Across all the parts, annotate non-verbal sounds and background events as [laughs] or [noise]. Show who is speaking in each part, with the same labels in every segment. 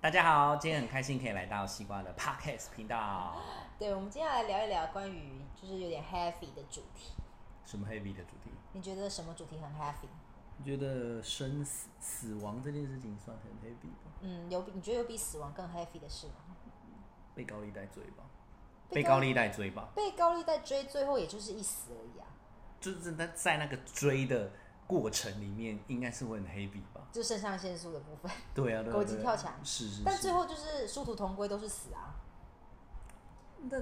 Speaker 1: 大家好，今天很开心可以来到西瓜的 Podcast 频道。
Speaker 2: 对，我们今天来聊一聊关于就是有点 heavy 的主题。
Speaker 1: 什么 heavy 的主题？
Speaker 2: 你觉得什么主题很 heavy？
Speaker 1: 你觉得生死死亡这件事情算很 heavy 吗？
Speaker 2: 嗯，有比你觉得有比死亡更 heavy 的事吗？
Speaker 1: 被高利贷追吧，
Speaker 2: 被
Speaker 1: 被
Speaker 2: 高
Speaker 1: 高利贷追吧，
Speaker 2: 被高利贷追，最后也就是一死而已啊，
Speaker 1: 就是那在那个追的过程里面，应该是会很 heavy 吧？
Speaker 2: 就肾上腺素的部分。
Speaker 1: 对啊，对啊
Speaker 2: 狗急
Speaker 1: 对啊
Speaker 2: 跳墙
Speaker 1: 是是是。
Speaker 2: 但最后就是殊途同归，都是死啊。
Speaker 1: 那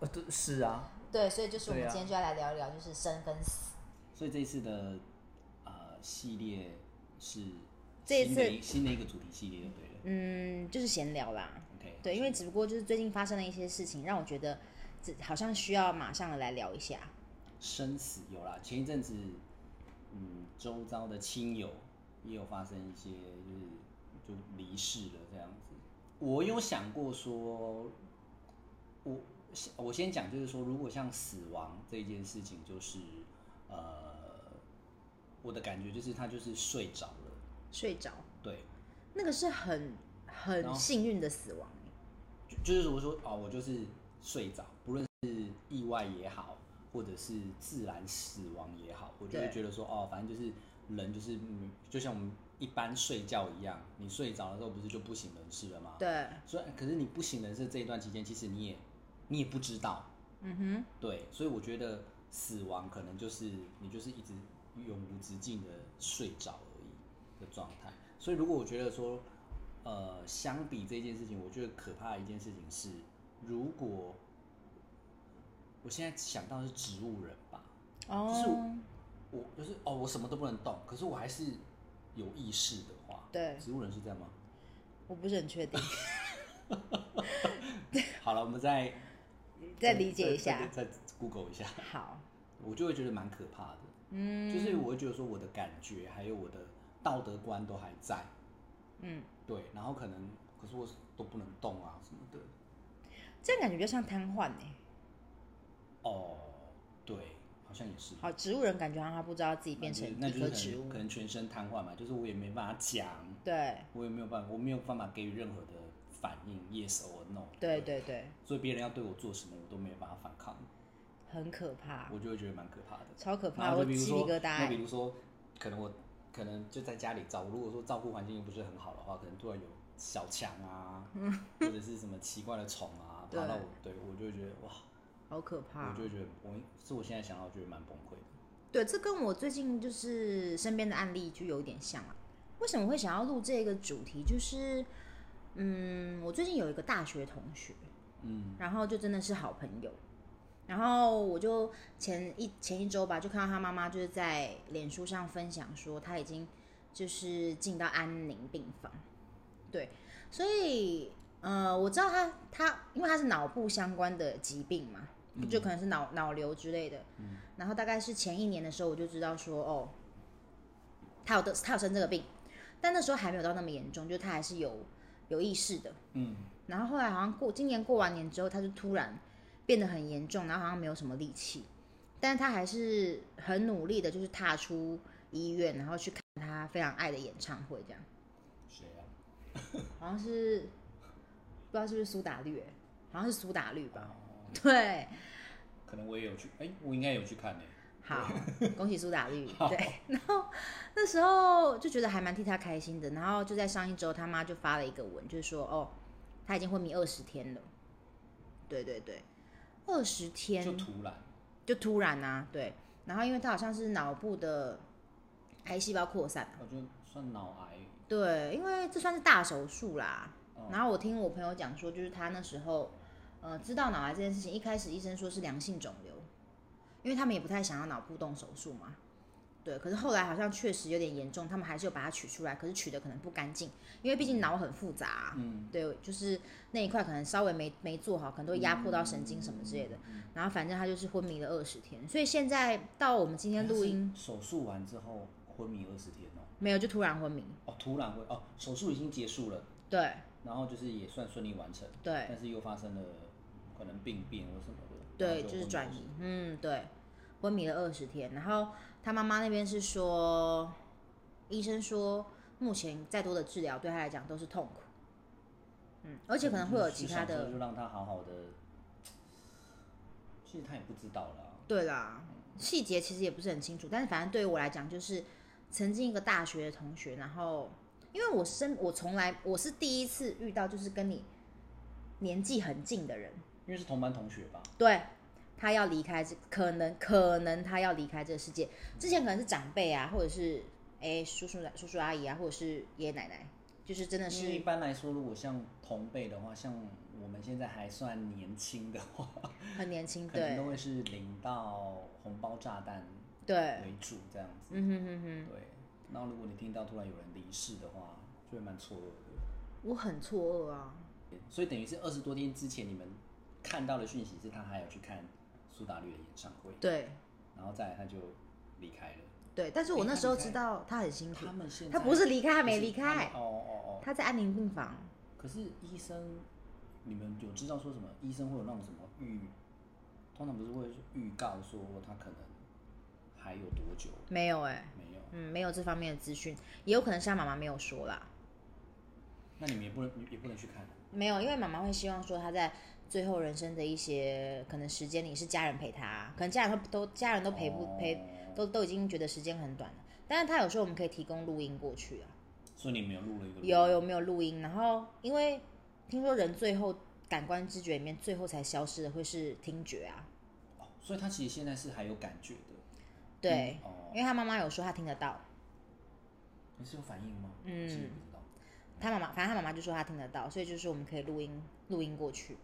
Speaker 1: 呃对是啊，
Speaker 2: 对，所以就是我们
Speaker 1: 对啊
Speaker 2: 今天就要来聊一聊，就是生跟死。
Speaker 3: 所以这一次的呃系列是
Speaker 2: 这一
Speaker 3: 新
Speaker 2: 次
Speaker 3: 的一新的一个主题系列，就对了。
Speaker 2: 嗯，就是闲聊啦。
Speaker 3: OK，
Speaker 2: 对，因为只不过就是最近发生了一些事情，让我觉得这好像需要马上来聊一下。
Speaker 3: 生死有啦，前一阵子嗯周遭的亲友也有发生一些就是就离世了这样子。我有想过说，我我先讲就是说，如果像死亡这件事情，就是呃我的感觉就是他就是睡着了，
Speaker 2: 睡着，
Speaker 3: 对，
Speaker 2: 那个是很很幸运的死亡。
Speaker 3: 就就是我说哦，我就是睡着，不论是意外也好，或者是自然死亡也好，我就会
Speaker 2: 对
Speaker 3: 觉得说哦，反正就是人就是嗯就像我们一般睡觉一样，你睡着的时候不是就不省人事了吗？。
Speaker 2: 对，
Speaker 3: 所以可是你不省人事这一段期间，其实你也你也不知道，
Speaker 2: 嗯哼，
Speaker 3: 对，所以我觉得死亡可能就是你就是一直永无止境的睡着而已的状态。所以如果我觉得说，呃，相比这件事情，我觉得可怕的一件事情是，如果我现在想到的是植物人吧，就是
Speaker 2: 哦，
Speaker 3: 我就是哦，我什么都不能动，可是我还是有意识的话，
Speaker 2: 对
Speaker 3: 植物人是这样吗？
Speaker 2: 我不是很确定， [laughs]
Speaker 3: 好了，我们再
Speaker 2: 再理解
Speaker 3: 再
Speaker 2: 一下。
Speaker 3: 再再 Google 一下，
Speaker 2: 好，
Speaker 3: 我就会觉得蛮可怕的。
Speaker 2: 嗯，
Speaker 3: 就是我会觉得说我的感觉还有我的道德观都还在，
Speaker 2: 嗯，
Speaker 3: 对，然后可能可是我都不能动啊什么的，
Speaker 2: 这样感觉比较像瘫痪呢。
Speaker 3: 哦，对，好像也是，
Speaker 2: 好，植物人感觉让他不知道自己变成
Speaker 3: 那
Speaker 2: 一
Speaker 3: 就是
Speaker 2: 棵
Speaker 3: 那就是
Speaker 2: 植
Speaker 3: 可能
Speaker 2: 物
Speaker 3: 可。能全身瘫痪嘛，就是我也没办法讲，
Speaker 2: 对，
Speaker 3: 我也没有办法，我没有办法给予任何的反应，yes or no，
Speaker 2: 对对对，
Speaker 3: 所以别人要对我做什么我都没有办法反抗，
Speaker 2: 很可怕，
Speaker 3: 我就会觉得蛮可怕的。
Speaker 2: 超可
Speaker 3: 然
Speaker 2: 怕，
Speaker 3: 后
Speaker 2: 我
Speaker 3: 就比如
Speaker 2: 鸡皮
Speaker 3: 说，
Speaker 2: 疙瘩
Speaker 3: 那比
Speaker 2: 欸。
Speaker 3: 如说，可能我可能就在家里照顾，如果说照顾环境又不是很好的话，可能突然有小强啊，
Speaker 2: 嗯
Speaker 3: 或者是什么奇怪的虫
Speaker 2: [laughs]
Speaker 3: 啊爬到我，对我就会觉得哇，
Speaker 2: 好可怕
Speaker 3: 我就。会觉得我是我现在想到觉得蛮崩溃的。
Speaker 2: 对，这跟我最近就是身边的案例就有点像啊。为什么会想要录这个主题？就是，嗯，我最近有一个大学同学，
Speaker 3: 嗯，
Speaker 2: 然后就真的是好朋友。然后我就前一前一周吧，就看到他妈妈就是在脸书上分享说，他已经就是进到安宁病房。对，所以呃，我知道他他因为他是脑部相关的疾病嘛，就可能是脑脑瘤之类的。然后大概是前一年的时候，我就知道说，哦，他有得他有生这个病，但那时候还没有到那么严重，就是他还是有有意识的。
Speaker 3: 嗯，
Speaker 2: 然后后来好像过今年过完年之后，他就突然变得很严重，然后好像没有什么力气，但是他还是很努力的，就是踏出医院，然后去看他非常爱的演唱会，这样
Speaker 3: 谁啊？
Speaker 2: 好像是不知道是不是苏打绿欸，好像是苏打绿吧？对，
Speaker 3: 可能我也有去，哎、我应该有去看呢、
Speaker 2: 好，恭喜苏打绿。对， [laughs] 然后那时候就觉得还蛮替他开心的。然后就在上一周，他妈就发了一个文，就是说哦，他已经昏迷二十天了。对对对，二十天
Speaker 3: 就突然，
Speaker 2: 就突然啊，对。然后因为他好像是脑部的癌细胞扩散，
Speaker 3: 我就算脑癌，
Speaker 2: 对，因为这算是大手术啦。然后我听我朋友讲说，就是他那时候，呃，知道脑癌这件事情，一开始医生说是良性肿瘤，因为他们也不太想要脑部动手术嘛。对，可是后来好像确实有点严重，他们还是有把它取出来，可是取的可能不干净，因为毕竟脑很复杂、啊
Speaker 3: 嗯，
Speaker 2: 对，就是那一块可能稍微没没做好，可能都压迫到神经什么之类的。然后反正他就是昏迷了二十天，所以现在到我们今天录音，
Speaker 3: 手术完之后昏迷二十天哦、
Speaker 2: 没有就突然昏迷。
Speaker 3: 哦，突然会哦，手术已经结束了，
Speaker 2: 对
Speaker 3: 然后就是也算顺利完成，
Speaker 2: 对，
Speaker 3: 但是又发生了可能病变或什么的，
Speaker 2: 对，
Speaker 3: 然后
Speaker 2: 就是
Speaker 3: 昏迷
Speaker 2: 转
Speaker 3: 了
Speaker 2: 移。嗯，对，昏迷了二十天。然后他妈妈那边是说，医生说目前再多的治疗对他来讲都是痛苦，嗯，而且可能会有其他
Speaker 3: 想说
Speaker 2: 的，
Speaker 3: 就让他好好的。其实他也不知道啦，
Speaker 2: 对啦，细节其实也不是很清楚，但是反正对于我来讲，就是曾经一个大学的同学，然后因为我身我从来我是第一次遇到就是跟你年纪很近的人，
Speaker 3: 因为是同班同学吧，
Speaker 2: 对他要离开这，可能可能他要离开这个世界。之前可能是长辈啊，或者是哎、叔叔叔叔阿姨啊，或者是爷爷奶奶，就是真的
Speaker 3: 因为一
Speaker 2: 是
Speaker 3: 般来说，如果像同辈的话，像我们现在还算年轻的话，
Speaker 2: 很年轻，
Speaker 3: 可能
Speaker 2: 对
Speaker 3: 都会是领到红包炸弹
Speaker 2: 对，
Speaker 3: 为主这样子。
Speaker 2: 嗯哼哼哼，
Speaker 3: 对，那如果你听到突然有人离世的话，就会蛮错愕的。
Speaker 2: 我很错愕啊，
Speaker 3: 所以等于是二十多天之前，你们看到的讯息是他还有去看苏打绿的演唱会，
Speaker 2: 对
Speaker 3: 然后再来他就离开了。
Speaker 2: 对，但是我
Speaker 3: 诶
Speaker 2: 那
Speaker 3: 他
Speaker 2: 时候
Speaker 3: 离开
Speaker 2: 知道他很辛苦
Speaker 3: 他，们现在
Speaker 2: 嗯他不是离开，他
Speaker 3: 他
Speaker 2: 没离开，
Speaker 3: 哦哦哦。
Speaker 2: 他在安宁病房。
Speaker 3: 可是医生，你们有知道说什么？医生会有那种什么预，通常不是会预告说他可能还有多久？
Speaker 2: 没有哎、
Speaker 3: 没有，
Speaker 2: 嗯，没有这方面的资讯，也有可能是他妈妈没有说啦。
Speaker 3: 那你们也不能也不能去看。
Speaker 2: 没有，因为妈妈会希望说他在最后人生的一些可能时间里是家人陪他，可能家人都都家人都陪不、陪，
Speaker 3: 哦
Speaker 2: 都都已经觉得时间很短了。但是他有时候我们可以提供录音过去啊，
Speaker 3: 所以你们有录了一个
Speaker 2: 有有没有录音？然后因为听说人最后感官知觉里面最后才消失的会是听觉啊，
Speaker 3: 哦，所以他其实现在是还有感觉的。
Speaker 2: 对，
Speaker 3: 嗯哦，
Speaker 2: 因为他妈妈有说他听得到，
Speaker 3: 你是有反应吗？
Speaker 2: 嗯
Speaker 3: 其实不知道。
Speaker 2: 他妈妈，反正他妈妈就说他听得到，所以就是我们可以录音录音过去。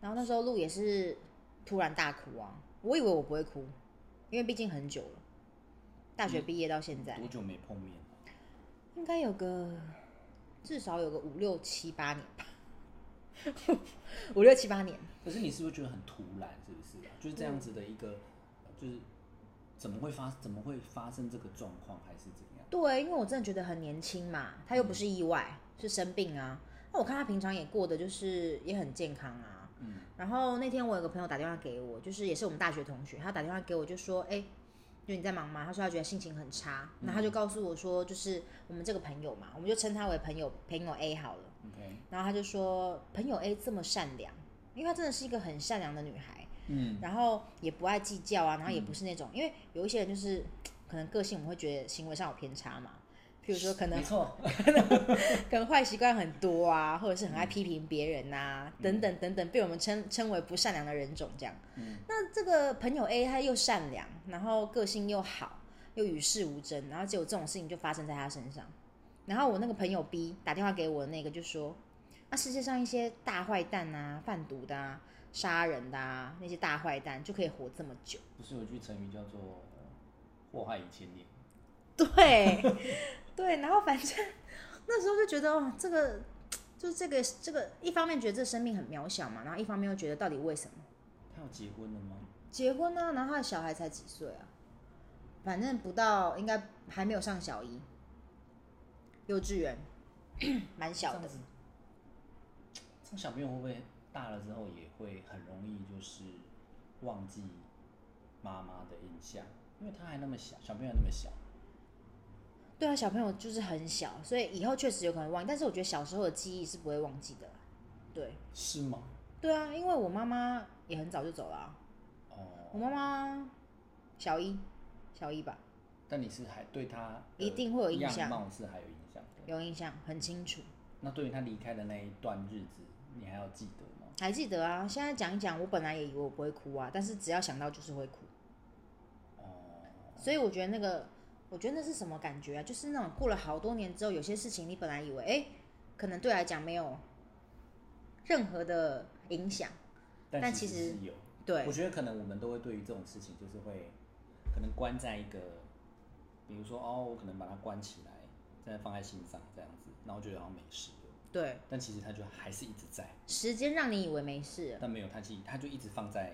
Speaker 2: 然后那时候录也是突然大哭啊，我以为我不会哭，因为毕竟很久了，大学毕业到现在、
Speaker 3: 多久没碰面了？
Speaker 2: 应该有个至少有个五六七八年吧， [laughs] 五六七八年。
Speaker 3: 可是你是不是觉得很突然？是不是啊？就是这样子的一个，就是怎么会发怎么会发生这个状况，还是怎样？
Speaker 2: 对，因为我真的觉得很年轻嘛，他又不是意外，是生病啊。那我看他平常也过得就是也很健康啊。
Speaker 3: 嗯，
Speaker 2: 然后那天我有个朋友打电话给我，就是也是我们大学同学，他打电话给我就说：“哎、就你在忙吗？”他说他觉得心情很差，那他就告诉我说，就是我们这个朋友嘛，我们就称他为朋友朋友 A 好了。
Speaker 3: OK，
Speaker 2: 然后他就说，朋友 A 这么善良，因为她真的是一个很善良的女孩，
Speaker 3: 嗯，
Speaker 2: 然后也不爱计较啊，然后也不是那种，因为有一些人就是可能个性我们会觉得行为上有偏差嘛，譬如说可能
Speaker 3: 没错，
Speaker 2: 可能坏习惯很多啊，或者是很爱批评别人呐、等等等等，被我们称称为不善良的人种这样。
Speaker 3: 嗯
Speaker 2: 那这个朋友 A 他又善良，然后个性又好，又与世无争，然后结果这种事情就发生在他身上。然后我那个朋友 B 打电话给我的那个就说，那、世界上一些大坏蛋啊、贩毒的啊、杀人的啊那些大坏蛋就可以活这么久。
Speaker 3: 不是有句成语叫做“祸害一千年
Speaker 2: [laughs] 对对，然后反正那时候就觉得哦，这个就是这个这个，一方面觉得这生命很渺小嘛，然后一方面又觉得到底为什么”？
Speaker 3: 他有结婚了吗？
Speaker 2: 结婚呢、然后他的小孩才几岁啊？反正不到，应该还没有上小一，幼稚园，蛮小
Speaker 3: 这
Speaker 2: 的
Speaker 3: 样。子这样小朋友会不会大了之后也会很容易就是忘记妈妈的印象？因为他还那么小，小朋友还那么小，
Speaker 2: 对啊，小朋友就是很小，所以以后确实有可能忘记，但是我觉得小时候的记忆是不会忘记的啦。对，
Speaker 3: 是吗？
Speaker 2: 对啊，因为我妈妈也很早就走了啊、我
Speaker 3: 哦，
Speaker 2: 妈妈小一，小一吧，
Speaker 3: 但你是还对他的
Speaker 2: 一定会有印象
Speaker 3: 样貌是还有影响的。
Speaker 2: 有印象，很清楚，
Speaker 3: 那对于他离开的那一段日子，你还要记得吗？
Speaker 2: 还记得啊。现在讲一讲，我本来也以为我不会哭啊，但是只要想到就是会哭，
Speaker 3: 哦，
Speaker 2: 所以我觉得那个，我觉得那是什么感觉啊？就是那种过了好多年之后，有些事情你本来以为，哎、可能对来讲没有任何的影响，但
Speaker 3: 但
Speaker 2: 其
Speaker 3: 实
Speaker 2: 实
Speaker 3: 是有。
Speaker 2: 对
Speaker 3: 我，觉得可能我们都会对于这种事情，就是会可能关在一个，比如说哦，我可能把它关起来，再放在心上这样子，然后觉得好像没事了，
Speaker 2: 对，
Speaker 3: 但其实它就还是一直在，
Speaker 2: 时间让你以为没事了，
Speaker 3: 但没有它其实它就一直放在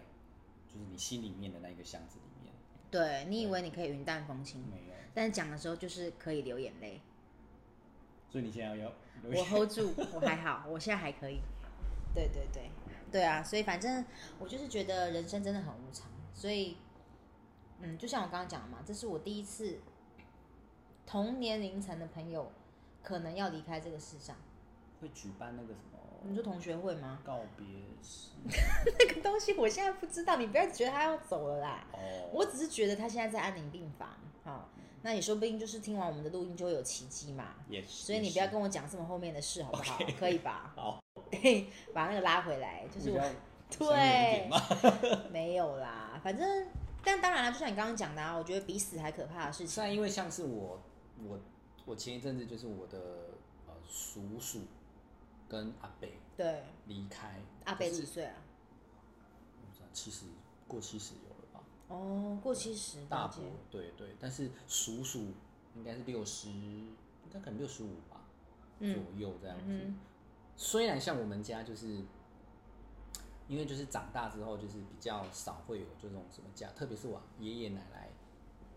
Speaker 3: 就是你心里面的那一个箱子里面，
Speaker 2: 对你以为你可以云淡风轻，
Speaker 3: 没有，
Speaker 2: 但是讲的时候就是可以流眼泪。
Speaker 3: 所以你现在要留
Speaker 2: 我 [laughs] hold 住，我还好，我现在还可以。 [laughs] 对对对，对啊，所以反正我就是觉得人生真的很无常，所以，嗯，就像我刚刚讲的嘛，这是我第一次同年龄层的朋友可能要离开这个世上，
Speaker 3: 会举办那个什
Speaker 2: 你
Speaker 3: 么
Speaker 2: 说同学会吗？ [laughs]
Speaker 3: 告别式
Speaker 2: 那个东西我现在不知道，你不要觉得他要走了啦。
Speaker 3: 哦，
Speaker 2: 我只是觉得他现在在安宁病房，好，那你说不定就是听完我们的录音就会有奇迹嘛。
Speaker 3: 也是，
Speaker 2: 所以你不要跟
Speaker 3: 我
Speaker 2: 我讲这么后面的事，好不好可以吧？
Speaker 3: 好，
Speaker 2: [laughs] 把那个拉回来，就是我
Speaker 3: 对 [laughs]
Speaker 2: 对， [laughs] 没有啦，反正但当然了，就像你刚刚讲的啊，我觉得比死还可怕的事
Speaker 3: 虽
Speaker 2: 情，
Speaker 3: 然因为像是我我我前一阵子就是我的呃叔叔跟阿北
Speaker 2: 对，
Speaker 3: 离开，
Speaker 2: 阿北
Speaker 3: 就是
Speaker 2: 几岁啊？
Speaker 3: 七十过七十有了吧？
Speaker 2: 哦，过七十，
Speaker 3: 大
Speaker 2: 姐
Speaker 3: 伯，对对，但是叔叔应该是六十，应该可能六十五吧、左右这样子。
Speaker 2: 嗯
Speaker 3: 虽然像我们家就是，因为就是长大之后就是比较少会有这种什么家，特别是我爷爷奶奶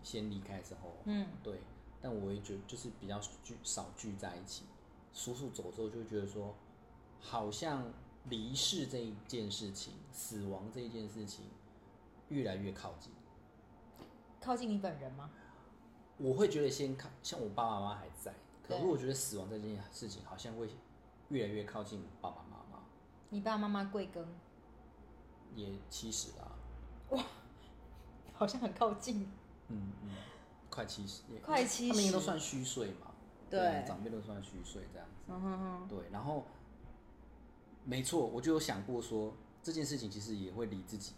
Speaker 3: 先离开之后，
Speaker 2: 嗯，
Speaker 3: 对，但我也觉得就是比较聚少聚在一起。叔叔走之后就会觉得说，好像离世这一件事情，死亡这一件事情越来越靠近。
Speaker 2: 靠近你本人吗？
Speaker 3: 我会觉得先看，像我爸爸妈妈还在，可是
Speaker 2: 对
Speaker 3: 我觉得死亡这件事情好像会越来越靠近爸爸妈妈，
Speaker 2: 你爸爸妈妈贵庚？
Speaker 3: 也七十啊啦，
Speaker 2: 好像很靠近，
Speaker 3: 嗯嗯，快七十，也
Speaker 2: 快七十
Speaker 3: 他们应该都算虚岁嘛，
Speaker 2: 对
Speaker 3: 长辈都算虚岁这样子，
Speaker 2: 嗯哼哼，
Speaker 3: 对，然后没错，我就有想过说这件事情其实也会离自己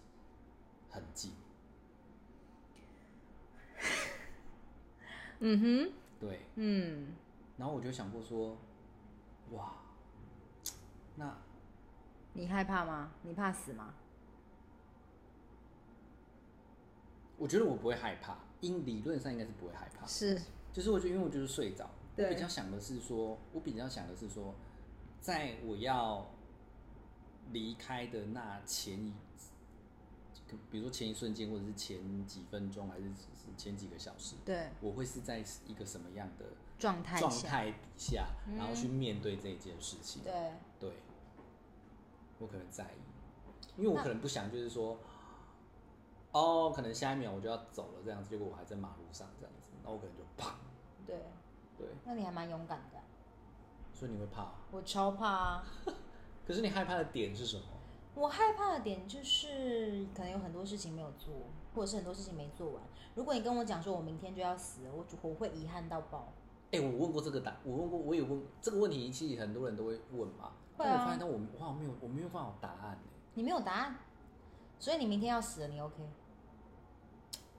Speaker 3: 很近，
Speaker 2: [laughs] 嗯哼，
Speaker 3: 对，
Speaker 2: 嗯，
Speaker 3: 然后我就想过说，哇，那
Speaker 2: 你害怕吗？你怕死吗？
Speaker 3: 我觉得我不会害怕，因理论上应该是不会害怕，
Speaker 2: 是，
Speaker 3: 就是我觉得，因为我就是睡着，我
Speaker 2: 对
Speaker 3: 比较想的是说，我比较想的是说，在我要离开的那前一，比如说前一瞬间，或者是前几分钟，还是前几个小时，
Speaker 2: 对，
Speaker 3: 我会是在一个什么样的
Speaker 2: 状态
Speaker 3: 状
Speaker 2: 下，嗯
Speaker 3: 态底下，然后去面对这件事情。
Speaker 2: 对，
Speaker 3: 对，我可能在意，因为我可能不想就是说，哦，可能下一秒我就要走了这样子，结果我还在马路上这样子，那我可能就砰，
Speaker 2: 对，
Speaker 3: 对。
Speaker 2: 那你还蛮勇敢的，啊
Speaker 3: 所以你会怕。
Speaker 2: 我超怕啊。
Speaker 3: 可是你害怕的点是什么？
Speaker 2: 我害怕的点就是，可能有很多事情没有做，或者是很多事情没做完。如果你跟我讲说我明天就要死了，我就我会遗憾到爆。
Speaker 3: 哎、我问过这个答，我问过，我也问这个问题，其实很多人都会问嘛。
Speaker 2: 会
Speaker 3: 但
Speaker 2: 啊
Speaker 3: 我发现到我哇，我没有，我没有办法有答案欸
Speaker 2: 你没有答案，所以你明天要死了，你 OK？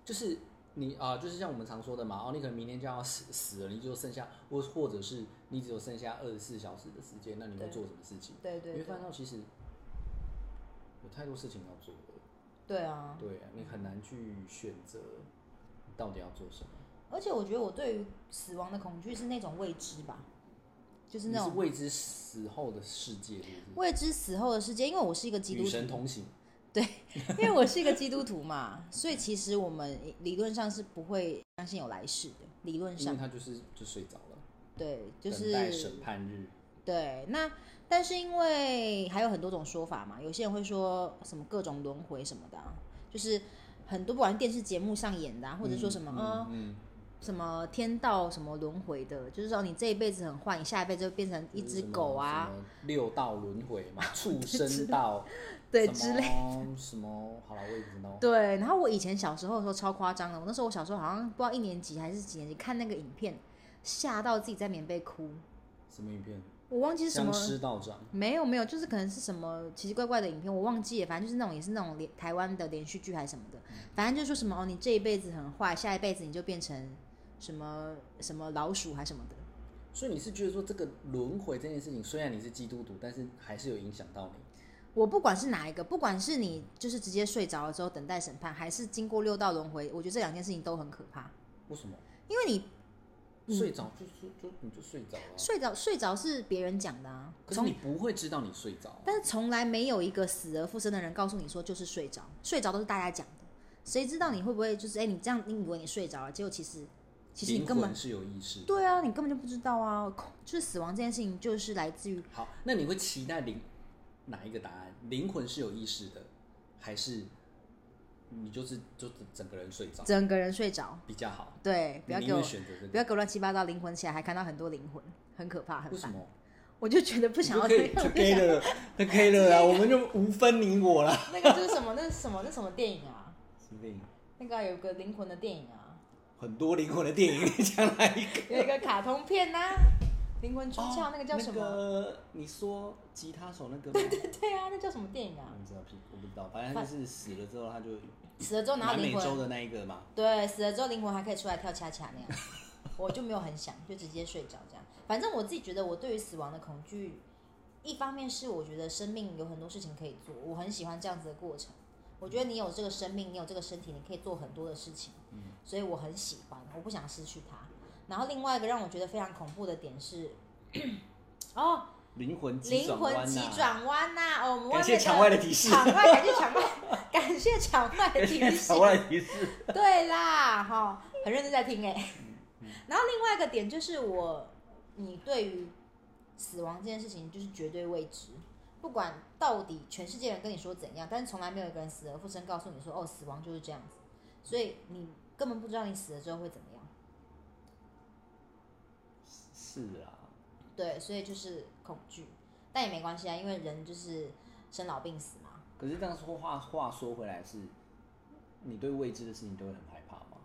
Speaker 3: 就是你啊、就是像我们常说的嘛，哦，你可能明天就要死死了，你就剩下，或或者是你只有剩下二十四小时的时间，那你会
Speaker 2: 对
Speaker 3: 做什么事情？
Speaker 2: 对对
Speaker 3: 你会
Speaker 2: 对
Speaker 3: 发现到其实有太多事情要做了，
Speaker 2: 对啊。
Speaker 3: 对啊，你很难去选择你到底要做什么。
Speaker 2: 而且我觉得我对于死亡的恐惧是那种未知吧，就是
Speaker 3: 你
Speaker 2: 那
Speaker 3: 是
Speaker 2: 种
Speaker 3: 未知死后的世界，是不
Speaker 2: 未知死后的世界。因为我是一个
Speaker 3: 是？
Speaker 2: 基督
Speaker 3: 与神
Speaker 2: 徒，
Speaker 3: 同行。
Speaker 2: 因为我是一个基督徒嘛，所以其实我们理论上是不会相信有来世的。理论
Speaker 3: 因为
Speaker 2: 上，
Speaker 3: 他就是就睡着了，
Speaker 2: 对，就
Speaker 3: 等待
Speaker 2: 是
Speaker 3: 审判日。
Speaker 2: 对，那但是因为还有很多种说法嘛，有些人会说什么各种轮回什么的、啊，就是很多不管电视节目上演的、啊，或者说什么
Speaker 3: 嗯
Speaker 2: 呃
Speaker 3: 嗯，
Speaker 2: 什么天道什么轮回的，就是说你这一辈子很坏，你下一辈子就变成嗯一只狗啊，
Speaker 3: 就是什么，什么六道轮回
Speaker 2: [laughs]
Speaker 3: 嘛，畜生道，
Speaker 2: 对
Speaker 3: 什么
Speaker 2: 之类。 [laughs]
Speaker 3: 什么，好了，我也不知道。
Speaker 2: 对，然后我以前小时候的时候超夸张的，我那时候我小时候好像不知道一年级还是几年级看那个影片，吓到自己在棉被哭，
Speaker 3: 什么影片？
Speaker 2: 我忘记是什
Speaker 3: 僵
Speaker 2: 么。
Speaker 3: 尸道长。
Speaker 2: 没有没有，就是可能是什么奇奇怪怪的影片，我忘记了，反正就是那种也是那种连台湾的连续剧还是什么的，反正就说什么哦，你这一辈子很坏，下一辈子你就变成什么什么老鼠还什么的。
Speaker 3: 所以你是觉得说这个轮回这件事情，虽然你是基督徒，但是还是有影响到你。
Speaker 2: 我不管是哪一个，不管是你就是直接睡着了之后等待审判，还是经过六道轮回，我觉得这两件事情都很可怕，
Speaker 3: 为什么？
Speaker 2: 因为你嗯
Speaker 3: 睡着就就就你就睡着了啊，
Speaker 2: 睡着睡着是别人讲的啊，
Speaker 3: 可是
Speaker 2: 从
Speaker 3: 你不会知道你睡着啊。
Speaker 2: 但是从来没有一个死而复生的人告诉你说就是睡着，睡着都是大家讲的，谁知道你会不会就是哎、你这样你以为你睡着了，结果其实其实你
Speaker 3: 灵
Speaker 2: 根本
Speaker 3: 魂是有意识的。
Speaker 2: 对啊，你根本就不知道啊，恐就是死亡这件事情就是来自于
Speaker 3: 好，那你会期待灵哪一个答案？灵魂是有意识的，还是你就是就整个人睡着
Speaker 2: 整个人睡着，
Speaker 3: 比较好？
Speaker 2: 哎对，不要
Speaker 3: 你
Speaker 2: 给
Speaker 3: 宁
Speaker 2: 我
Speaker 3: 愿选择这
Speaker 2: 不要
Speaker 3: 个，
Speaker 2: 给我乱七八糟灵魂起来，还看到很多灵魂，很可怕，很
Speaker 3: 为什
Speaker 2: 烦。
Speaker 3: 么？
Speaker 2: 我我就觉得不想要
Speaker 3: 就可以
Speaker 2: 那
Speaker 3: 就
Speaker 2: 个
Speaker 3: 可以了，就可以了啦，我们就无分你我啦。
Speaker 2: [laughs] 那个就是什么？那是什么？那什么电影啊？
Speaker 3: 什么电影？
Speaker 2: 那个啊有个灵魂的电影啊，
Speaker 3: 很多灵魂的电影，你讲哪一
Speaker 2: [laughs]
Speaker 3: 个？
Speaker 2: 有一个卡通片呐、灵魂出
Speaker 3: 哦
Speaker 2: 窍》那个叫什么？
Speaker 3: 那个你说吉他手那个
Speaker 2: [laughs]
Speaker 3: 吗？
Speaker 2: 对啊，那叫什么电影啊
Speaker 3: 我？不知道，我不知道，反正他就是死了之后，他就
Speaker 2: 死了之后，然后
Speaker 3: 南
Speaker 2: 灵
Speaker 3: 美洲
Speaker 2: 魂
Speaker 3: 的那一个嘛。
Speaker 2: 对，死了之后灵魂还可以出来跳恰恰那样， [laughs] 我就没有很想，就直接睡着这样。反正我自己觉得，我对于死亡的恐惧，一方面是我觉得生命有很多事情可以做，我很喜欢这样子的过程。我觉得你有这个生命，你有这个身体，你可以做很多的事情，
Speaker 3: 嗯
Speaker 2: 所以我很喜欢，我不想失去它。然后另外一个让我觉得非常恐怖的点是， [coughs] 哦，
Speaker 3: 灵魂急
Speaker 2: 灵
Speaker 3: 转
Speaker 2: 魂
Speaker 3: 弯
Speaker 2: 急
Speaker 3: 呐、
Speaker 2: 转弯呐、哦，我们
Speaker 3: 感谢
Speaker 2: 面
Speaker 3: 场外的提示
Speaker 2: 场外感谢场外， [laughs] 感谢场外的提示
Speaker 3: 场， [laughs] 外提示，
Speaker 2: 对啦，哈、很认真在听哎、
Speaker 3: 嗯
Speaker 2: 然后另外一个点就是我，你对于死亡这件事情就是绝对未知，不管到底全世界人跟你说怎样，但是从来没有一个人死而复生告诉你说哦，死亡就是这样子，所以你根本不知道你死了之后会怎么样。
Speaker 3: 是啊，
Speaker 2: 对，所以就是恐惧，但也没关系啊，因为人就是生老病死嘛。
Speaker 3: 可是这样说话话说回来是，你对未知的事情都会很害怕吗？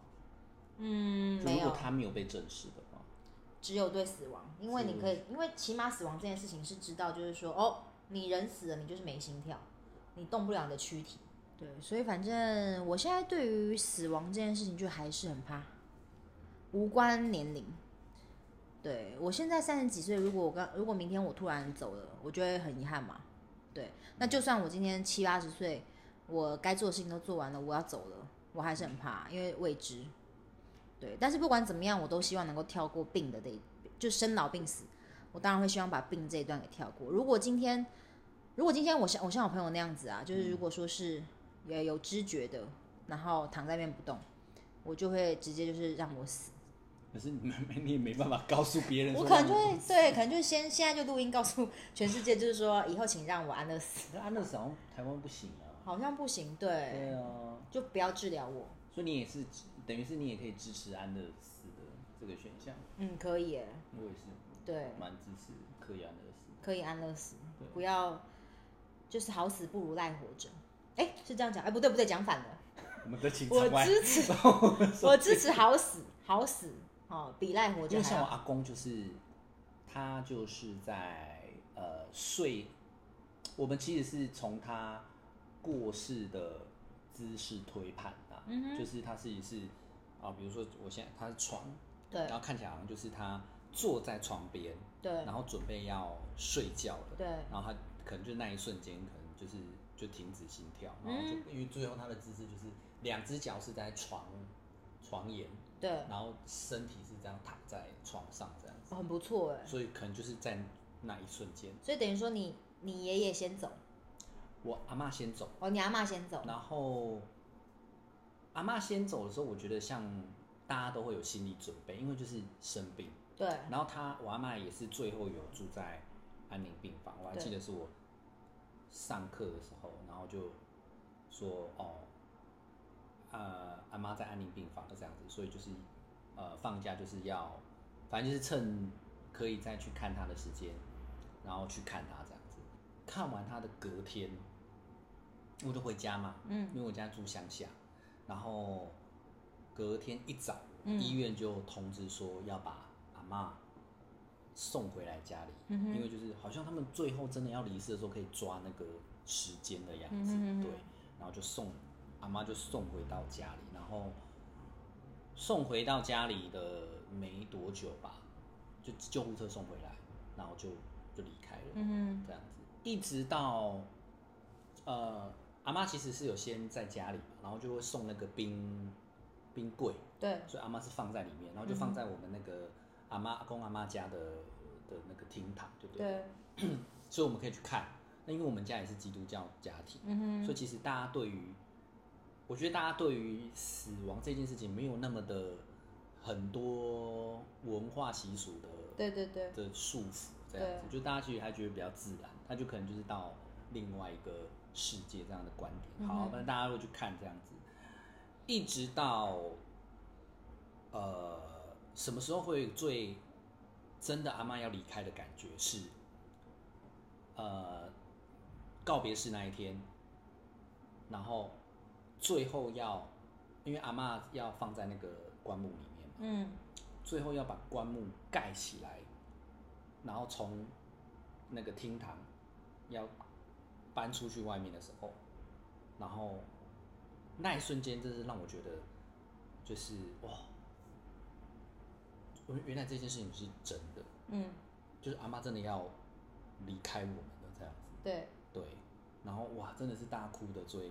Speaker 2: 嗯，
Speaker 3: 就
Speaker 2: 没
Speaker 3: 如果
Speaker 2: 有，
Speaker 3: 他没有被证实的话，
Speaker 2: 只有对死亡，因为
Speaker 3: 是
Speaker 2: 你可以，因为起码死亡这件事情是知道，就是说，哦，你人死了，你就是没心跳，你动不了你的躯体。对，所以反正我现在对于死亡这件事情就还是很怕，无关年龄。对我现在三十几岁，如果我刚如果明天我突然走了，我就会很遗憾嘛。对，那就算我今天七八十岁，我该做的事情都做完了，我要走了，我还是很怕，因为未知。对，但是不管怎么样，我都希望能够跳过病的这一，就生老病死，我当然会希望把病这一段给跳过。如果今天，如果今天我像我像我朋友那样子啊，
Speaker 3: 嗯
Speaker 2: 就是如果说是也有知觉的，然后躺在那边不动，我就会直接就是让我死。
Speaker 3: 可是你们你也没办法告诉别人说
Speaker 2: [laughs] 我
Speaker 3: 你，
Speaker 2: 可能就会对，可能就先现在就录音告诉全世界，就是说以后请让我安乐
Speaker 3: 啊
Speaker 2: 死，
Speaker 3: 可是安乐死好像台湾不行啊。
Speaker 2: 好像不行，对，
Speaker 3: 对啊，
Speaker 2: 就不要治疗我。
Speaker 3: 所以你也是等于是你也可以支持安乐死的这个选项，
Speaker 2: 嗯，可以耶，
Speaker 3: 我也是
Speaker 2: 对，
Speaker 3: 蛮支持可以安乐死的。
Speaker 2: 可以安乐死
Speaker 3: 对，
Speaker 2: 不要就是好死不如赖活着。哎，是这样讲？哎，不对不对，讲反了。
Speaker 3: 我们的情
Speaker 2: 我
Speaker 3: 场外，
Speaker 2: 支持，我支持好死好死哦，比赖活
Speaker 3: 因
Speaker 2: 着
Speaker 3: 为
Speaker 2: 还
Speaker 3: 像我
Speaker 2: 要。
Speaker 3: 阿公就是，他就是在呃睡，我们其实是从他过世的姿势推判啊，
Speaker 2: 嗯
Speaker 3: 就是他自己是啊，比如说我现在他是床，
Speaker 2: 对
Speaker 3: 然后看起来好像就是他坐在床边，
Speaker 2: 对
Speaker 3: 然后准备要睡觉了，
Speaker 2: 对
Speaker 3: 然后他可能就那一瞬间，可能就是就停止心跳，然后就、
Speaker 2: 嗯
Speaker 3: 因为最后他的姿势就是两只脚是在床床沿，
Speaker 2: 对，
Speaker 3: 然后身体是这样躺在床上这样子，
Speaker 2: 很不错哎。
Speaker 3: 所以可能就是在那一瞬间，
Speaker 2: 所以等于说你你爷爷先走，
Speaker 3: 我阿嬷先走，
Speaker 2: 哦，你阿嬷先走，
Speaker 3: 然后阿嬷先走的时候，我觉得像大家都会有心理准备，因为就是生病，
Speaker 2: 对
Speaker 3: 然后她我阿嬷也是最后有住在安宁病房，我还
Speaker 2: 对
Speaker 3: 记得是我上课的时候，然后就说哦，呃，阿妈在安宁病房这样子，所以就是呃放假就是要，反正就是趁可以再去看她的时间，然后去看她这样子。看完她的隔天，我就回家嘛，
Speaker 2: 嗯，
Speaker 3: 因为我家住乡下，然后隔天一早，
Speaker 2: 嗯
Speaker 3: 医院就通知说要把阿妈送回来家里，
Speaker 2: 嗯哼
Speaker 3: 因为就是好像他们最后真的要离世的时候，可以抓那个时间的样子，
Speaker 2: 嗯哼嗯哼
Speaker 3: 对，然后就送阿妈就送回到家里，然后送回到家里的没多久吧，就救护车送回来，然后就就离开了，
Speaker 2: 嗯
Speaker 3: 这样子，一直到呃阿妈其实是有先在家里嘛，然后就会送那个冰冰柜，
Speaker 2: 哼，对嗯
Speaker 3: 所以阿妈是放在里面，然后就放在我们那个阿妈阿公阿妈家的的那个厅堂，对不对？
Speaker 2: 对，
Speaker 3: 所以我们可以去看。那因为我们家也是基督教家庭，
Speaker 2: 嗯
Speaker 3: 所
Speaker 2: 哼，
Speaker 3: 以其实大家对于，我觉得大家对于死亡这件事情没有那么的很多文化习俗的
Speaker 2: 对对对，
Speaker 3: 的束缚，这样子，就大家其实还觉得比较自然，他就可能就是到另外一个世界这样的观点。好
Speaker 2: 嗯，哼
Speaker 3: 那大家会去看这样子，一直到呃什么时候会有最真的阿妈要离开的感觉是呃告别式那一天，然后最后要，因为阿嬷要放在那个棺木里面嘛，
Speaker 2: 嗯，
Speaker 3: 最后要把棺木盖起来，然后从那个厅堂要搬出去外面的时候，然后那一瞬间，真是让我觉得，就是哇，我原来这件事情是真的，
Speaker 2: 嗯，
Speaker 3: 就是阿妈真的要离开我们了这样子，
Speaker 2: 对，
Speaker 3: 对，然后哇，真的是大哭的最，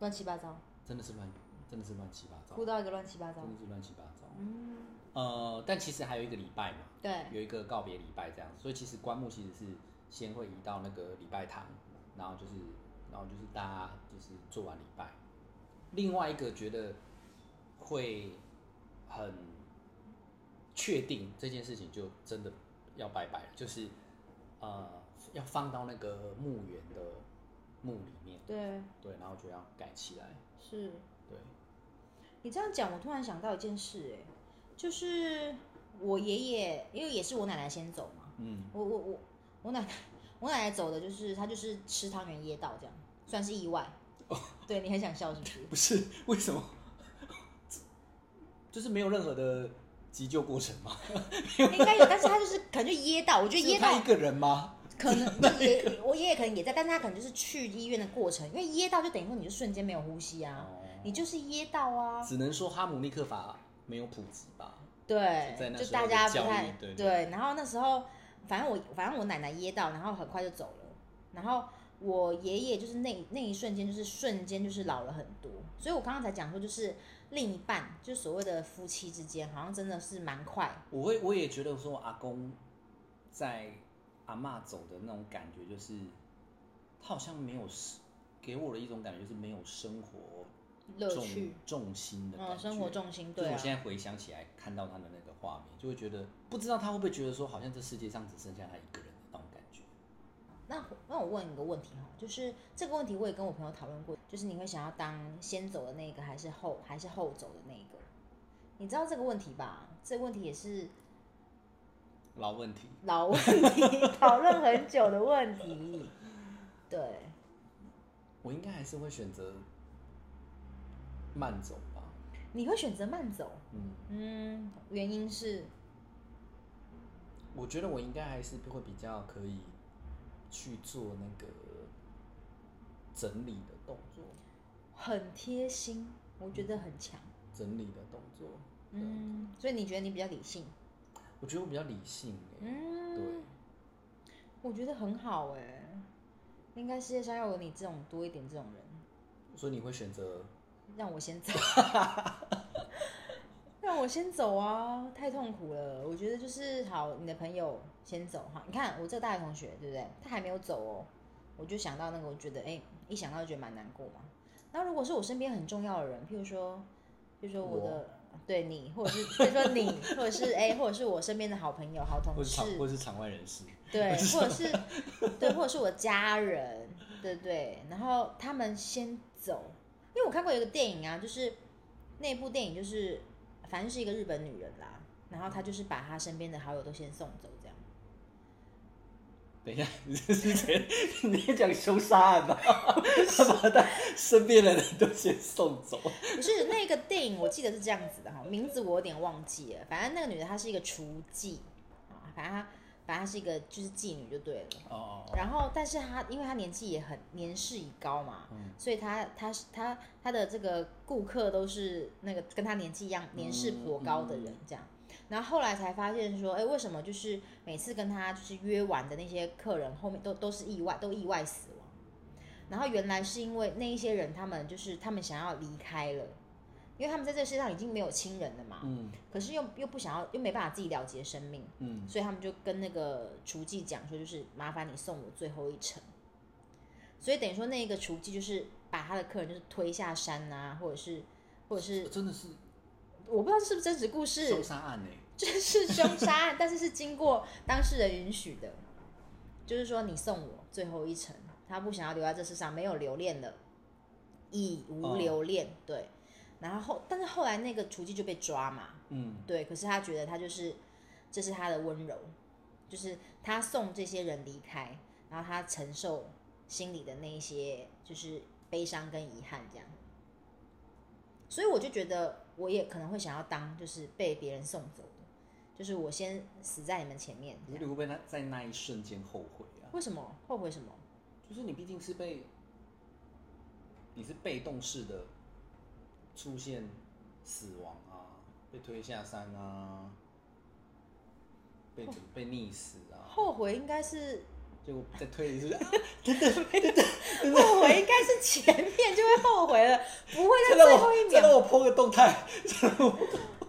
Speaker 2: 乱七八糟，
Speaker 3: 真的是乱，真的是乱七八糟，
Speaker 2: 哭到一个乱七八糟。
Speaker 3: 真的是乱七八糟，
Speaker 2: 嗯，
Speaker 3: 呃，但其实还有一个礼拜嘛，
Speaker 2: 对，
Speaker 3: 有一个告别礼拜这样，所以其实棺木其实是先会移到那个礼拜堂，然后就是然后就是大家就是做完礼拜。另外一个觉得会很确定这件事情就真的要拜拜了，就是呃要放到那个墓园的墓里面，
Speaker 2: 对，
Speaker 3: 对，然后就要盖起来，
Speaker 2: 是
Speaker 3: 对，
Speaker 2: 你这样讲，我突然想到一件事、哎，就是我爷爷，因为也是我奶奶先走嘛，
Speaker 3: 嗯，
Speaker 2: 我我我我奶奶我奶奶走的就是她就是吃汤圆噎到这样，算是意外。
Speaker 3: 哦
Speaker 2: 对你很想笑是不是？
Speaker 3: 不是为什么？ [laughs] 就是没有任何的急救过程吗？
Speaker 2: 应该有，但是她就是可能就噎到，我觉得
Speaker 3: 是
Speaker 2: 噎
Speaker 3: 他
Speaker 2: 到
Speaker 3: 一个人吗？
Speaker 2: 可能就也我爷爷可能也在，但是他可能就是去医院的过程，因为噎到就等于说你就瞬间没有呼吸啊，
Speaker 3: 哦
Speaker 2: 你就是噎到啊，
Speaker 3: 只能说哈姆立克法没有普及吧。
Speaker 2: 对
Speaker 3: 在，那
Speaker 2: 就
Speaker 3: 时候
Speaker 2: 大
Speaker 3: 的
Speaker 2: 家不
Speaker 3: 教育
Speaker 2: 太
Speaker 3: 对
Speaker 2: 然后那时候，反正我反正我奶奶噎到，然后很快就走了。然后我爷爷就是那那一瞬间，就是瞬间就是老了很多。所以我刚刚才讲说，就是另一半，就是所谓的夫妻之间，好像真的是蛮快。
Speaker 3: 我会我也觉得说阿公在阿嬷走的那种感觉，就是他好像没有生给我的一种感觉，就是没有生活
Speaker 2: 乐
Speaker 3: 重
Speaker 2: 趣
Speaker 3: 重心的感觉。
Speaker 2: 嗯，生活重心
Speaker 3: 就是
Speaker 2: 对
Speaker 3: 我
Speaker 2: 啊，
Speaker 3: 现在回想起来，看到他的那个画面，就会觉得不知道他会不会觉得说，好像这世界上只剩下他一个人的那种感觉。
Speaker 2: 那那我问你一个问题哈，就是这个问题我也跟我朋友讨论过，就是你会想要当先走的那个，还是后还是后走的那个？你知道这个问题吧？这个问题也是
Speaker 3: 老问题，
Speaker 2: 老问题， [laughs] 讨论很久的问题。对，
Speaker 3: 我应该还是会选择慢走吧。
Speaker 2: 你会选择慢走，
Speaker 3: 嗯，
Speaker 2: 嗯，原因是
Speaker 3: 我觉得我应该还是会比较可以去做那个整理的动作，
Speaker 2: 很贴心，我觉得很强，
Speaker 3: 整理的动作。
Speaker 2: 嗯，所以你觉得你比较理性，
Speaker 3: 我觉得我比较理性哎、
Speaker 2: 嗯，
Speaker 3: 对，
Speaker 2: 我觉得很好哎、应该世界上要有你这种多一点这种人，
Speaker 3: 所以你会选择
Speaker 2: 让我先走， [laughs] 让我先走啊，太痛苦了。我觉得就是好，你的朋友先走哈。你看我这个大学同学，对不对？他还没有走哦，我就想到那个，我觉得哎、一想到就觉得蛮难过嘛。那如果是我身边很重要的人，譬如说，譬如说我的对你，或者是譬如说你，或者是哎、或者是我身边的好朋友、好同
Speaker 3: 或是
Speaker 2: 事
Speaker 3: 场，或是场外人士，
Speaker 2: 对，或者是对，或者是我家人，对不对？然后他们先走，因为我看过一个电影啊，就是那部电影就是反正是一个日本女人啦，然后她就是把她身边的好友都先送走，这样。
Speaker 3: 等一下，你这是谁？ [laughs] 你在讲凶杀案吧？他把他身边的人都先送走。
Speaker 2: 不是那个电影，我记得是这样子的哈，名字我有点忘记了。反正那个女的她是一个厨妓啊，反正她反正她是一个就是妓女就对了。
Speaker 3: 哦，
Speaker 2: 然后，但是她因为她年纪也很年事已高嘛，
Speaker 3: 嗯
Speaker 2: 所以她她她她的这个顾客都是那个跟她年纪一样年事颇高的人
Speaker 3: 嗯
Speaker 2: 这样。然后后来才发现说，哎，为什么就是每次跟她就是约完的那些客人后面都都是意外，都意外死亡。然后原来是因为那一些人，他们就是他们想要离开了，因为他们在这个世界上已经没有亲人了嘛，
Speaker 3: 嗯
Speaker 2: 可是又又不想要，又没办法自己了结生命。
Speaker 3: 嗯，
Speaker 2: 所以他们就跟那个厨妓讲说，就是麻烦你送我最后一程。所以等于说，那个厨妓就是把他的客人就是推下山啊，或者是，或者是
Speaker 3: 真的是
Speaker 2: 我不知道是不是真实故事
Speaker 3: 凶，杀案哎、
Speaker 2: 这是凶杀案， [laughs] 但是是经过当事人允许的，就是说你送我最后一程，他不想要留在这世上，没有留恋了，已无
Speaker 3: 哦
Speaker 2: 留恋，对。然后，但是后来那个厨妓就被抓嘛，
Speaker 3: 嗯，
Speaker 2: 对，可是他觉得他就是这是他的温柔，就是他送这些人离开，然后他承受心里的那一些就是悲伤跟遗憾这样。所以我就觉得我也可能会想要当就是被别人送走的，就是我先死在你们前面这
Speaker 3: 你会
Speaker 2: 样。
Speaker 3: 不会在在那一瞬间后悔啊？
Speaker 2: 为什么后悔什么？
Speaker 3: 就是你毕竟是被，你是被动式的出现死亡啊，被推下山啊，被
Speaker 2: 哦
Speaker 3: 被溺死啊，
Speaker 2: 后悔应该是
Speaker 3: 结果再推
Speaker 2: [laughs]
Speaker 3: 一次，啊
Speaker 2: 后悔应该是前面就会后悔了，不会在
Speaker 3: 再让
Speaker 2: 最后一
Speaker 3: 我再让
Speaker 2: 秒。
Speaker 3: 我剖个动态，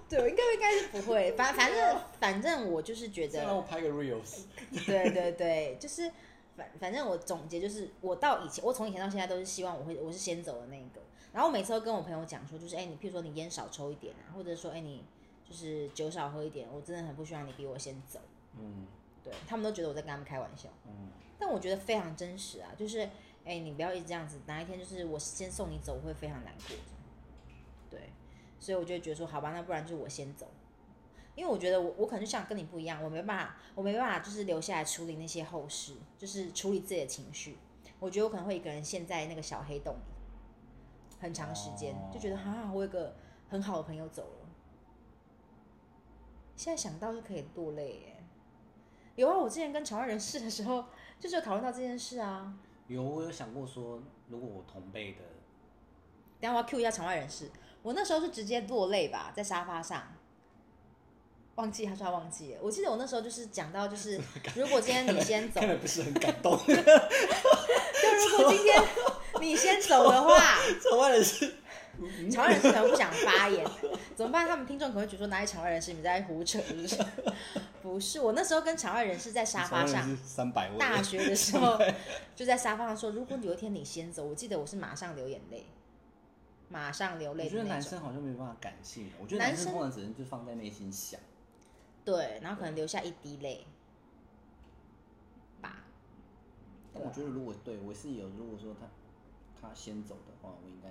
Speaker 2: 对，应该应该是不会。反反正反正我就是觉
Speaker 3: 再让
Speaker 2: 得，
Speaker 3: 我拍个
Speaker 2: [laughs]
Speaker 3: reels，
Speaker 2: 对对对，就是反反正我总结就是，我到以前，我从以前到现在都是希望我会我是先走的那一个。然后我每次都跟我朋友讲说，就是哎、你譬如说你烟少抽一点啊，或者说哎、你就是酒少喝一点，我真的很不希望你比我先走。
Speaker 3: 嗯
Speaker 2: 对他们都觉得我在跟他们开玩笑。
Speaker 3: 嗯，
Speaker 2: 但我觉得非常真实啊，就是哎、你不要一直这样子，哪一天就是我先送你走，我会非常难过。对，所以我就会觉得说，好吧，那不然就是我先走，因为我觉得我我可能就像跟你不一样，我没办法，我没办法就是留下来处理那些后事，就是处理自己的情绪。我觉得我可能会一个人陷在那个小黑洞里，很长时间，
Speaker 3: 哦
Speaker 2: 就觉得啊，我有一个很好的朋友走了，现在想到就可以落泪耶。有啊，我之前跟潮玩人士的时候，就是有讨论到这件事啊。
Speaker 3: 有我有想过说，如果我同辈的，
Speaker 2: 等一下我要 Q 一下场外人士，我那时候是直接落泪吧，在沙发上。忘记他说他忘记了，我记得我那时候就是讲到 [laughs] 就是，如果今天你先 [laughs] 走，
Speaker 3: 看来不是很感动， [laughs]
Speaker 2: 就如果今天你先走的 [laughs] 话，
Speaker 3: 这外人是
Speaker 2: 场外人士可能不想发言，怎么办？他们听众可能会觉得说哪里场外人士你们在胡扯是不是？不是，我那时候跟场外人士在沙发上，
Speaker 3: 三百位，
Speaker 2: 大学的时候 [laughs] 就在沙发上说，如果有一天你先走，我记得我是马上流眼泪，马上流
Speaker 3: 我
Speaker 2: 泪
Speaker 3: 觉
Speaker 2: 的
Speaker 3: 得
Speaker 2: 那
Speaker 3: 男
Speaker 2: 种。
Speaker 3: 生好像没办法感性，我觉得
Speaker 2: 男
Speaker 3: 男生
Speaker 2: 生
Speaker 3: 通常只能就放在内心想，
Speaker 2: 对，然后可能流下一滴泪，吧。
Speaker 3: 但我觉得如果对我是有，如果说他他先走的话，我应该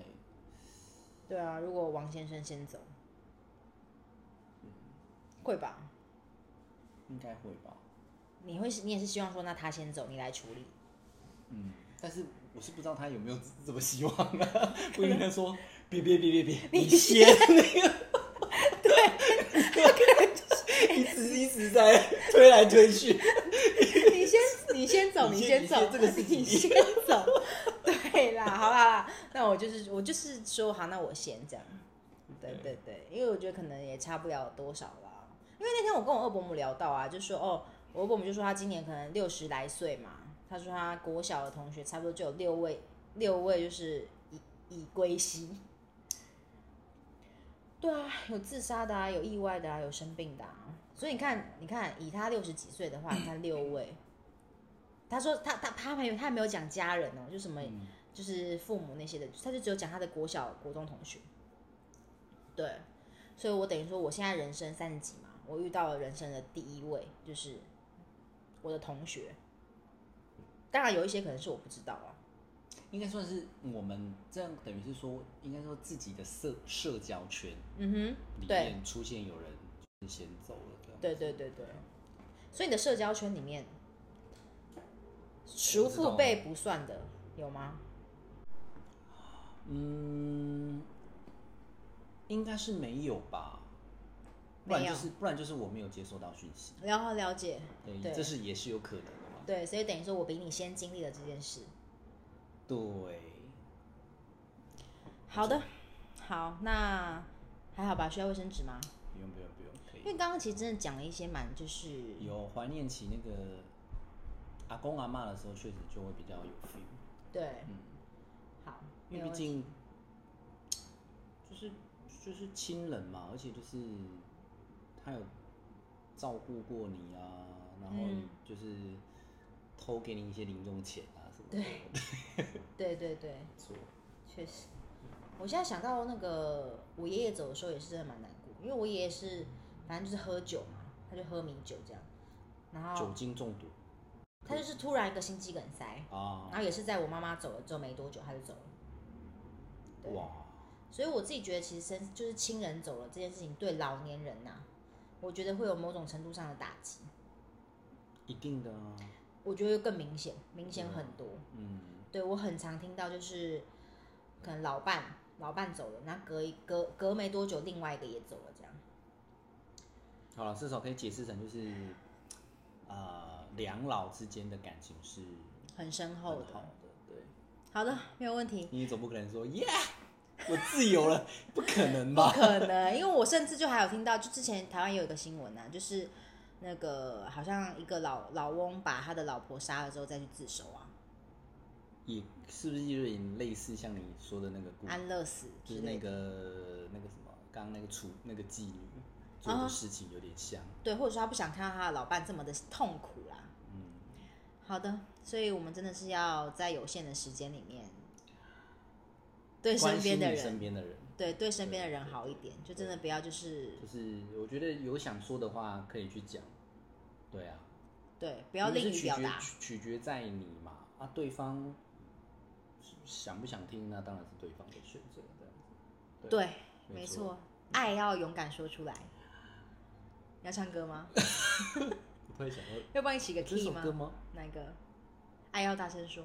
Speaker 2: 对啊，如果王先生先走，
Speaker 3: 嗯
Speaker 2: 会吧？
Speaker 3: 应该会吧，
Speaker 2: 你会是，你也是希望说，那他先走，你来
Speaker 3: [laughs]
Speaker 2: 处理。
Speaker 3: 嗯，但是我是不知道他有没有这么希望 [laughs] 啊，我跟他说别别别别别，你先那个， [laughs] 对，一直一直在推来推 [laughs] 去，
Speaker 2: 你先，你先走，
Speaker 3: 你先
Speaker 2: 先走
Speaker 3: 你先，这个是
Speaker 2: [laughs] 你先走。对啦，好啦好啦，那我就是我就是说，好，那我先这样。对对对，因为我觉得可能也差不了多少啦。因为那天我跟我二伯母聊到啊，就说哦，我二伯母就说她今年可能六十来岁嘛，她说她国小的同学差不多就有六位，六位就是已已归西。 [laughs] 对啊，有自杀的啊，有意外的啊，有生病的啊。所以你看，你看，以他六十几岁的话，你看六位。他说他他他没有他没有讲家人哦，就什么、
Speaker 3: 嗯
Speaker 2: 就是父母那些的，他就只有讲他的国小国中同学。对，所以我等于说我现在人生三十几嘛，我遇到了人生的第一位就是我的同学。当然有一些可能是我不知道啊，
Speaker 3: 应该算是我们这样等于是说，应该说自己的社社交圈
Speaker 2: 嗯
Speaker 3: 里
Speaker 2: 哼，对
Speaker 3: 面出现有人先走了这样，
Speaker 2: 对对对对，所以你的社交圈里面，叔父辈不算的有吗？
Speaker 3: 嗯，应该是没有吧，不然
Speaker 2: 没有
Speaker 3: 就是不然就是我没有接收到讯息，
Speaker 2: 然后了解，
Speaker 3: 对，
Speaker 2: 对
Speaker 3: 这是也是有可能的嘛。
Speaker 2: 对，所以等于说我比你先经历了这件事。
Speaker 3: 对，
Speaker 2: 好的，好，那还好吧？需要卫生纸吗？
Speaker 3: 不用不用不用，可
Speaker 2: 因
Speaker 3: 以。
Speaker 2: 为刚刚其实真的讲了一些蛮就是
Speaker 3: 有怀念起那个阿公阿嬷的时候，确实就会比较有 feel，
Speaker 2: 对，
Speaker 3: 嗯
Speaker 2: 好，
Speaker 3: 因
Speaker 2: 没
Speaker 3: 为
Speaker 2: 有
Speaker 3: 毕
Speaker 2: 问题
Speaker 3: 竟就是就是亲人嘛，而且就是他有照顾过你啊，然后
Speaker 2: 嗯
Speaker 3: 就是偷给你一些零用钱啊什么的，
Speaker 2: 对对对对，
Speaker 3: 错。
Speaker 2: 确实，我现在想到那个我爷爷走的时候也是真的蛮难过，因为我爷爷是反正就是喝酒嘛，他就喝米酒这样，然后
Speaker 3: 酒精中毒
Speaker 2: 他就是突然一个心肌梗塞，
Speaker 3: 啊
Speaker 2: 然，后也是在我妈妈走了之后没多久他就走了。对
Speaker 3: 哇，
Speaker 2: 所以我自己觉得，其实身就是亲人走了这件事情，对老年人呐、我觉得会有某种程度上的打击。
Speaker 3: 一定的啊，
Speaker 2: 我觉得更明显，明显很多。
Speaker 3: 嗯，
Speaker 2: 对我很常听到就是，可能老伴老伴走了，那隔一隔隔没多久，另外一个也走了，这样。
Speaker 3: 好了，至少可以解释成就是，呃，两老之间的感情是
Speaker 2: 很深
Speaker 3: 很
Speaker 2: 厚的。
Speaker 3: 好的，对，
Speaker 2: 好的，没有问题。
Speaker 3: 你总不可能说耶我自由了， [laughs] 不可能吧？
Speaker 2: 可能，因为我甚至就还有听到，就之前台湾有一个新闻啊，就是那个好像一个老老翁把他的老婆杀了之后再去自首啊，
Speaker 3: 也是不是有点类似像你说的那个故事，
Speaker 2: 安乐死
Speaker 3: 嗯就
Speaker 2: 之
Speaker 3: 是
Speaker 2: 类
Speaker 3: 那
Speaker 2: 的，
Speaker 3: 个那个什么，刚刚那个处那个妓女做的
Speaker 2: 啊
Speaker 3: 事情有点像，
Speaker 2: 对，或者说他不想看到他的老伴这么的痛苦啦。
Speaker 3: 嗯，
Speaker 2: 好的，所以我们真的是要在有限的时间里面，对身
Speaker 3: 关
Speaker 2: 边
Speaker 3: 心
Speaker 2: 的
Speaker 3: 你身
Speaker 2: 人，
Speaker 3: 边的人，
Speaker 2: 对对身边的人好一点，就真的不要就是
Speaker 3: 就是我觉得有想说的话可以去讲，对啊，
Speaker 2: 对，不要
Speaker 3: 因为
Speaker 2: 吝
Speaker 3: 是
Speaker 2: 于
Speaker 3: 取
Speaker 2: 表
Speaker 3: 决
Speaker 2: 达，
Speaker 3: 取取决在你嘛，啊，对方想不想听，那当然是对方的选择，这样子，
Speaker 2: 对，
Speaker 3: 没
Speaker 2: 没
Speaker 3: 错
Speaker 2: 错，爱要勇敢说出来。要唱歌吗？
Speaker 3: 我突然想到
Speaker 2: 要帮你起个
Speaker 3: 呃这
Speaker 2: key
Speaker 3: 首
Speaker 2: 吗？
Speaker 3: 歌吗？
Speaker 2: 哪一个？爱要大声说，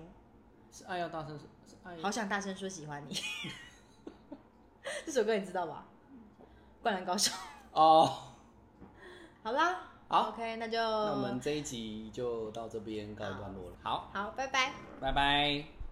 Speaker 3: 是爱要大声说，是爱
Speaker 2: 好想大声说喜欢你。 [laughs] 这首歌你知道吧？灌篮高手。
Speaker 3: 哦。
Speaker 2: 好啦，
Speaker 3: 好
Speaker 2: ，OK，那就
Speaker 3: 那我们这一集就到这边告一段落了，好，
Speaker 2: 好，拜拜。
Speaker 3: 拜拜。